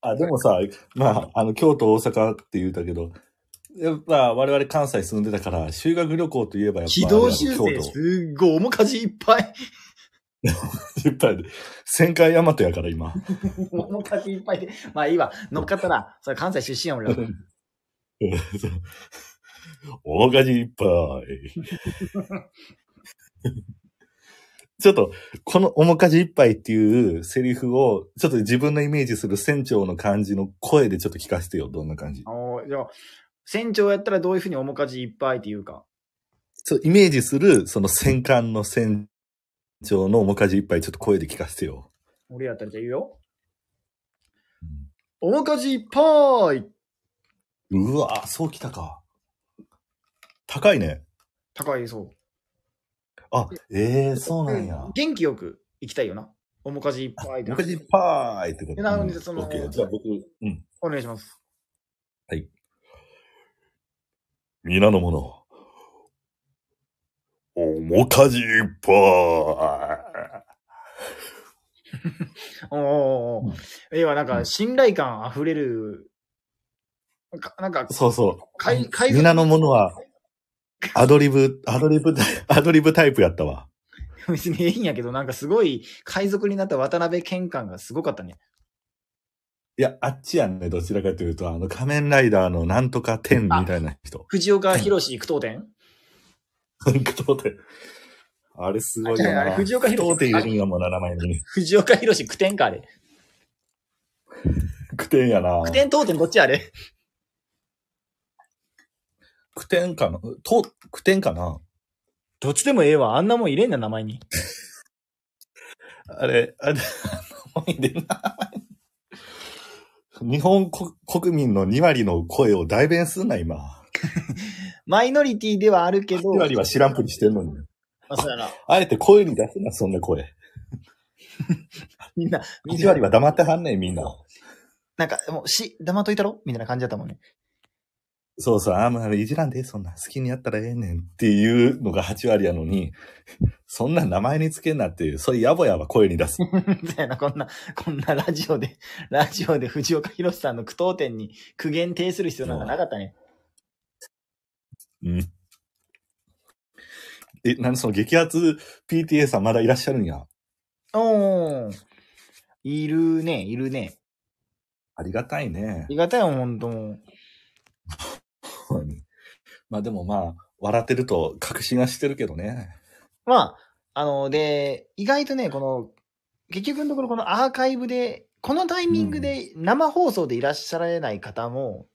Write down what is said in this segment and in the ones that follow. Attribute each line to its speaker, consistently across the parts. Speaker 1: あ、でもさ、まあ、あの、京都、大阪って言うたけど、やっぱ我々関西住んでたから、修学旅行といえばやっぱ、
Speaker 2: 軌道修
Speaker 1: あれや ろ
Speaker 2: 正
Speaker 1: 京
Speaker 2: すっごい面かじいっぱ い。
Speaker 1: 都。いっぱいで。旋回大和やから今。
Speaker 2: 面かじいっぱいで。まあいいわ。乗っかったな。それ関西出身や俺ら。
Speaker 1: 大火事いっぱい。ちょっと、この面かじいっぱいっていうセリフを、ちょっと自分のイメージする船長の感じの声でちょっと聞かせてよ、どんな感じ。
Speaker 2: おーじゃあ、船長やったらどういうふうに面かじいっぱいっていうか。
Speaker 1: そう、イメージする、その戦艦の船長の面かじいっぱい、ちょっと声で聞かせてよ。
Speaker 2: 俺やったらじゃあ言うよ。面かじいっぱい
Speaker 1: うんうわそうきたか。高いね。
Speaker 2: 高いそう。
Speaker 1: あ、ええそうなんや。
Speaker 2: 元気よく行きたいよな。面かじいっぱいで
Speaker 1: 面。かじいっぱいってこと。
Speaker 2: なのに
Speaker 1: うん
Speaker 2: その
Speaker 1: オッケーじゃあ僕、うん。
Speaker 2: お願いします。
Speaker 1: 皆の者、おもかじいっぱ
Speaker 2: おーおーおー。ええわ、なん
Speaker 1: う
Speaker 2: か、
Speaker 1: ん
Speaker 2: 信頼感あふれる。なんか、なんか
Speaker 1: い。、そうそ
Speaker 2: 海、海
Speaker 1: う。皆の者は、アドリブ、アドリブ、アドリブタイプやったわ。
Speaker 2: 別にいいんやけど、なんかすごい、海賊になった渡辺謙感がすごかったね。
Speaker 1: いや、あっちやんね、どちらかというと、あの、仮面ライダーのなんとか天みたいな人。
Speaker 2: 藤岡弘句読点
Speaker 1: なんかどうで。あれすごいよ
Speaker 2: あれ
Speaker 1: な。
Speaker 2: 藤岡弘
Speaker 1: どうで入れるんやもんな、名前に。
Speaker 2: 藤岡弘句点か、あれ。
Speaker 1: 苦天やな。
Speaker 2: 句点、当点、どっちあれ
Speaker 1: 苦天かなと、苦天かな
Speaker 2: どっちでもええわ。あんなもん入れんな、名前に。
Speaker 1: あれ、あれ、あの思い出な。日本国国民の2割の声を代弁すんな、今。
Speaker 2: マイノリティではあるけど
Speaker 1: 2、割は知らんぷりしてんのに。
Speaker 2: あそうやな。
Speaker 1: あえて声に出すな、そんな声。
Speaker 2: みんな、みん
Speaker 1: 1
Speaker 2: な
Speaker 1: 割、は黙ってはんねん、みんな。
Speaker 2: なんか、もう、し、黙っといたろみたいな感じだったもん ね。
Speaker 1: そうそう、あんまりいじらんで、そんな好きにやったらええねんっていうのが8割やのに、そんな名前につけんなっていう、そういうやぼやば声に出す。
Speaker 2: みたいな、こんな、こんなラジオで、ラジオで藤岡弘さんの句読点に苦言呈する必要なんかなかったね。
Speaker 1: うん。え、なんでその激アツ PTA さんまだいらっしゃるんや。
Speaker 2: おー。いるね、いるね。
Speaker 1: ありがたいね
Speaker 2: あり。がたいよ、ほんともう。
Speaker 1: ほんまにまあでもまあ、笑ってると確信はしてるけどね。
Speaker 2: まあ、あの、で、意外とね、この、結局のところこのアーカイブで、このタイミングで生放送でいらっしゃられない方も、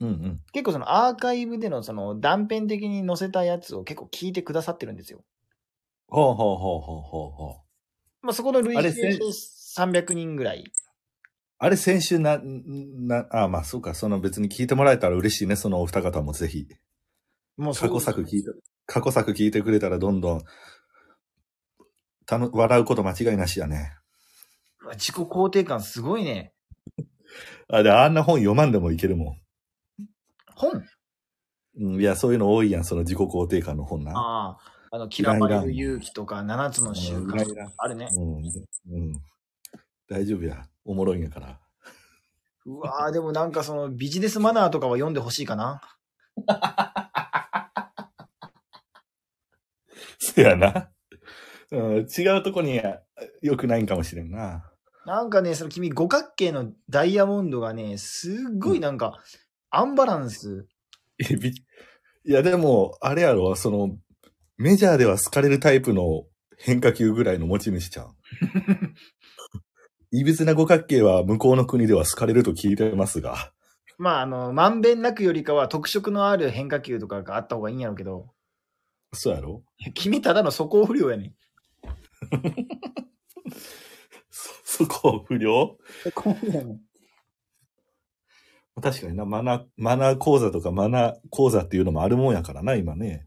Speaker 1: うんうん。
Speaker 2: 結構そのアーカイブでのその断片的に載せたやつを結構聞いてくださってるんですよ。
Speaker 1: ほうほうほうほうほうほう。
Speaker 2: まあ、そこの累
Speaker 1: あれ
Speaker 2: 計で300人ぐらい。
Speaker 1: あれ先週な、な、あまあそうか、その別に聞いてもらえたら嬉しいね、そのお二方もぜひ。
Speaker 2: もうそ
Speaker 1: 過去作聞いて、過去作聞いてくれたらどんどん、たの、笑うこと間違いなしやね。
Speaker 2: うわ自己肯定感すごいね。
Speaker 1: あ、で、あんな本読まんでもいけるも
Speaker 2: 本
Speaker 1: ん。うん、いや、そういうの多いやん、その自己肯定感の本な。
Speaker 2: ああ。あの、嫌われる勇気とか、7つの習
Speaker 1: うん
Speaker 2: 慣とかあるね。
Speaker 1: うん、うん。大丈夫や。おもろいんやから。
Speaker 2: うわーでもなんかそのビジネスマナーとかは読んでほしいかな。
Speaker 1: せやな。うん、違うとこにあ良くないんかもしれんな。
Speaker 2: なんかね、その君、五角形のダイヤモンドがね、すっごいなんか、アンバランス。
Speaker 1: えびいや、でも、あれやろ、その、メジャーでは好かれるタイプの変化球ぐらいの持ち主ちゃん。いびつな五角形は向こうの国では好かれると聞いてますが。
Speaker 2: まあ、あの、まんべんなくよりかは特色のある変化球とかがあった方がいいんやろうけど、
Speaker 1: そうやろ
Speaker 2: いや君ただの素行不良やねん。
Speaker 1: そ、そこ不良
Speaker 2: 素行不良やねん。
Speaker 1: 確かにな、マナー、マナー講座とかマナー講座っていうのもあるもんやからな、今ね。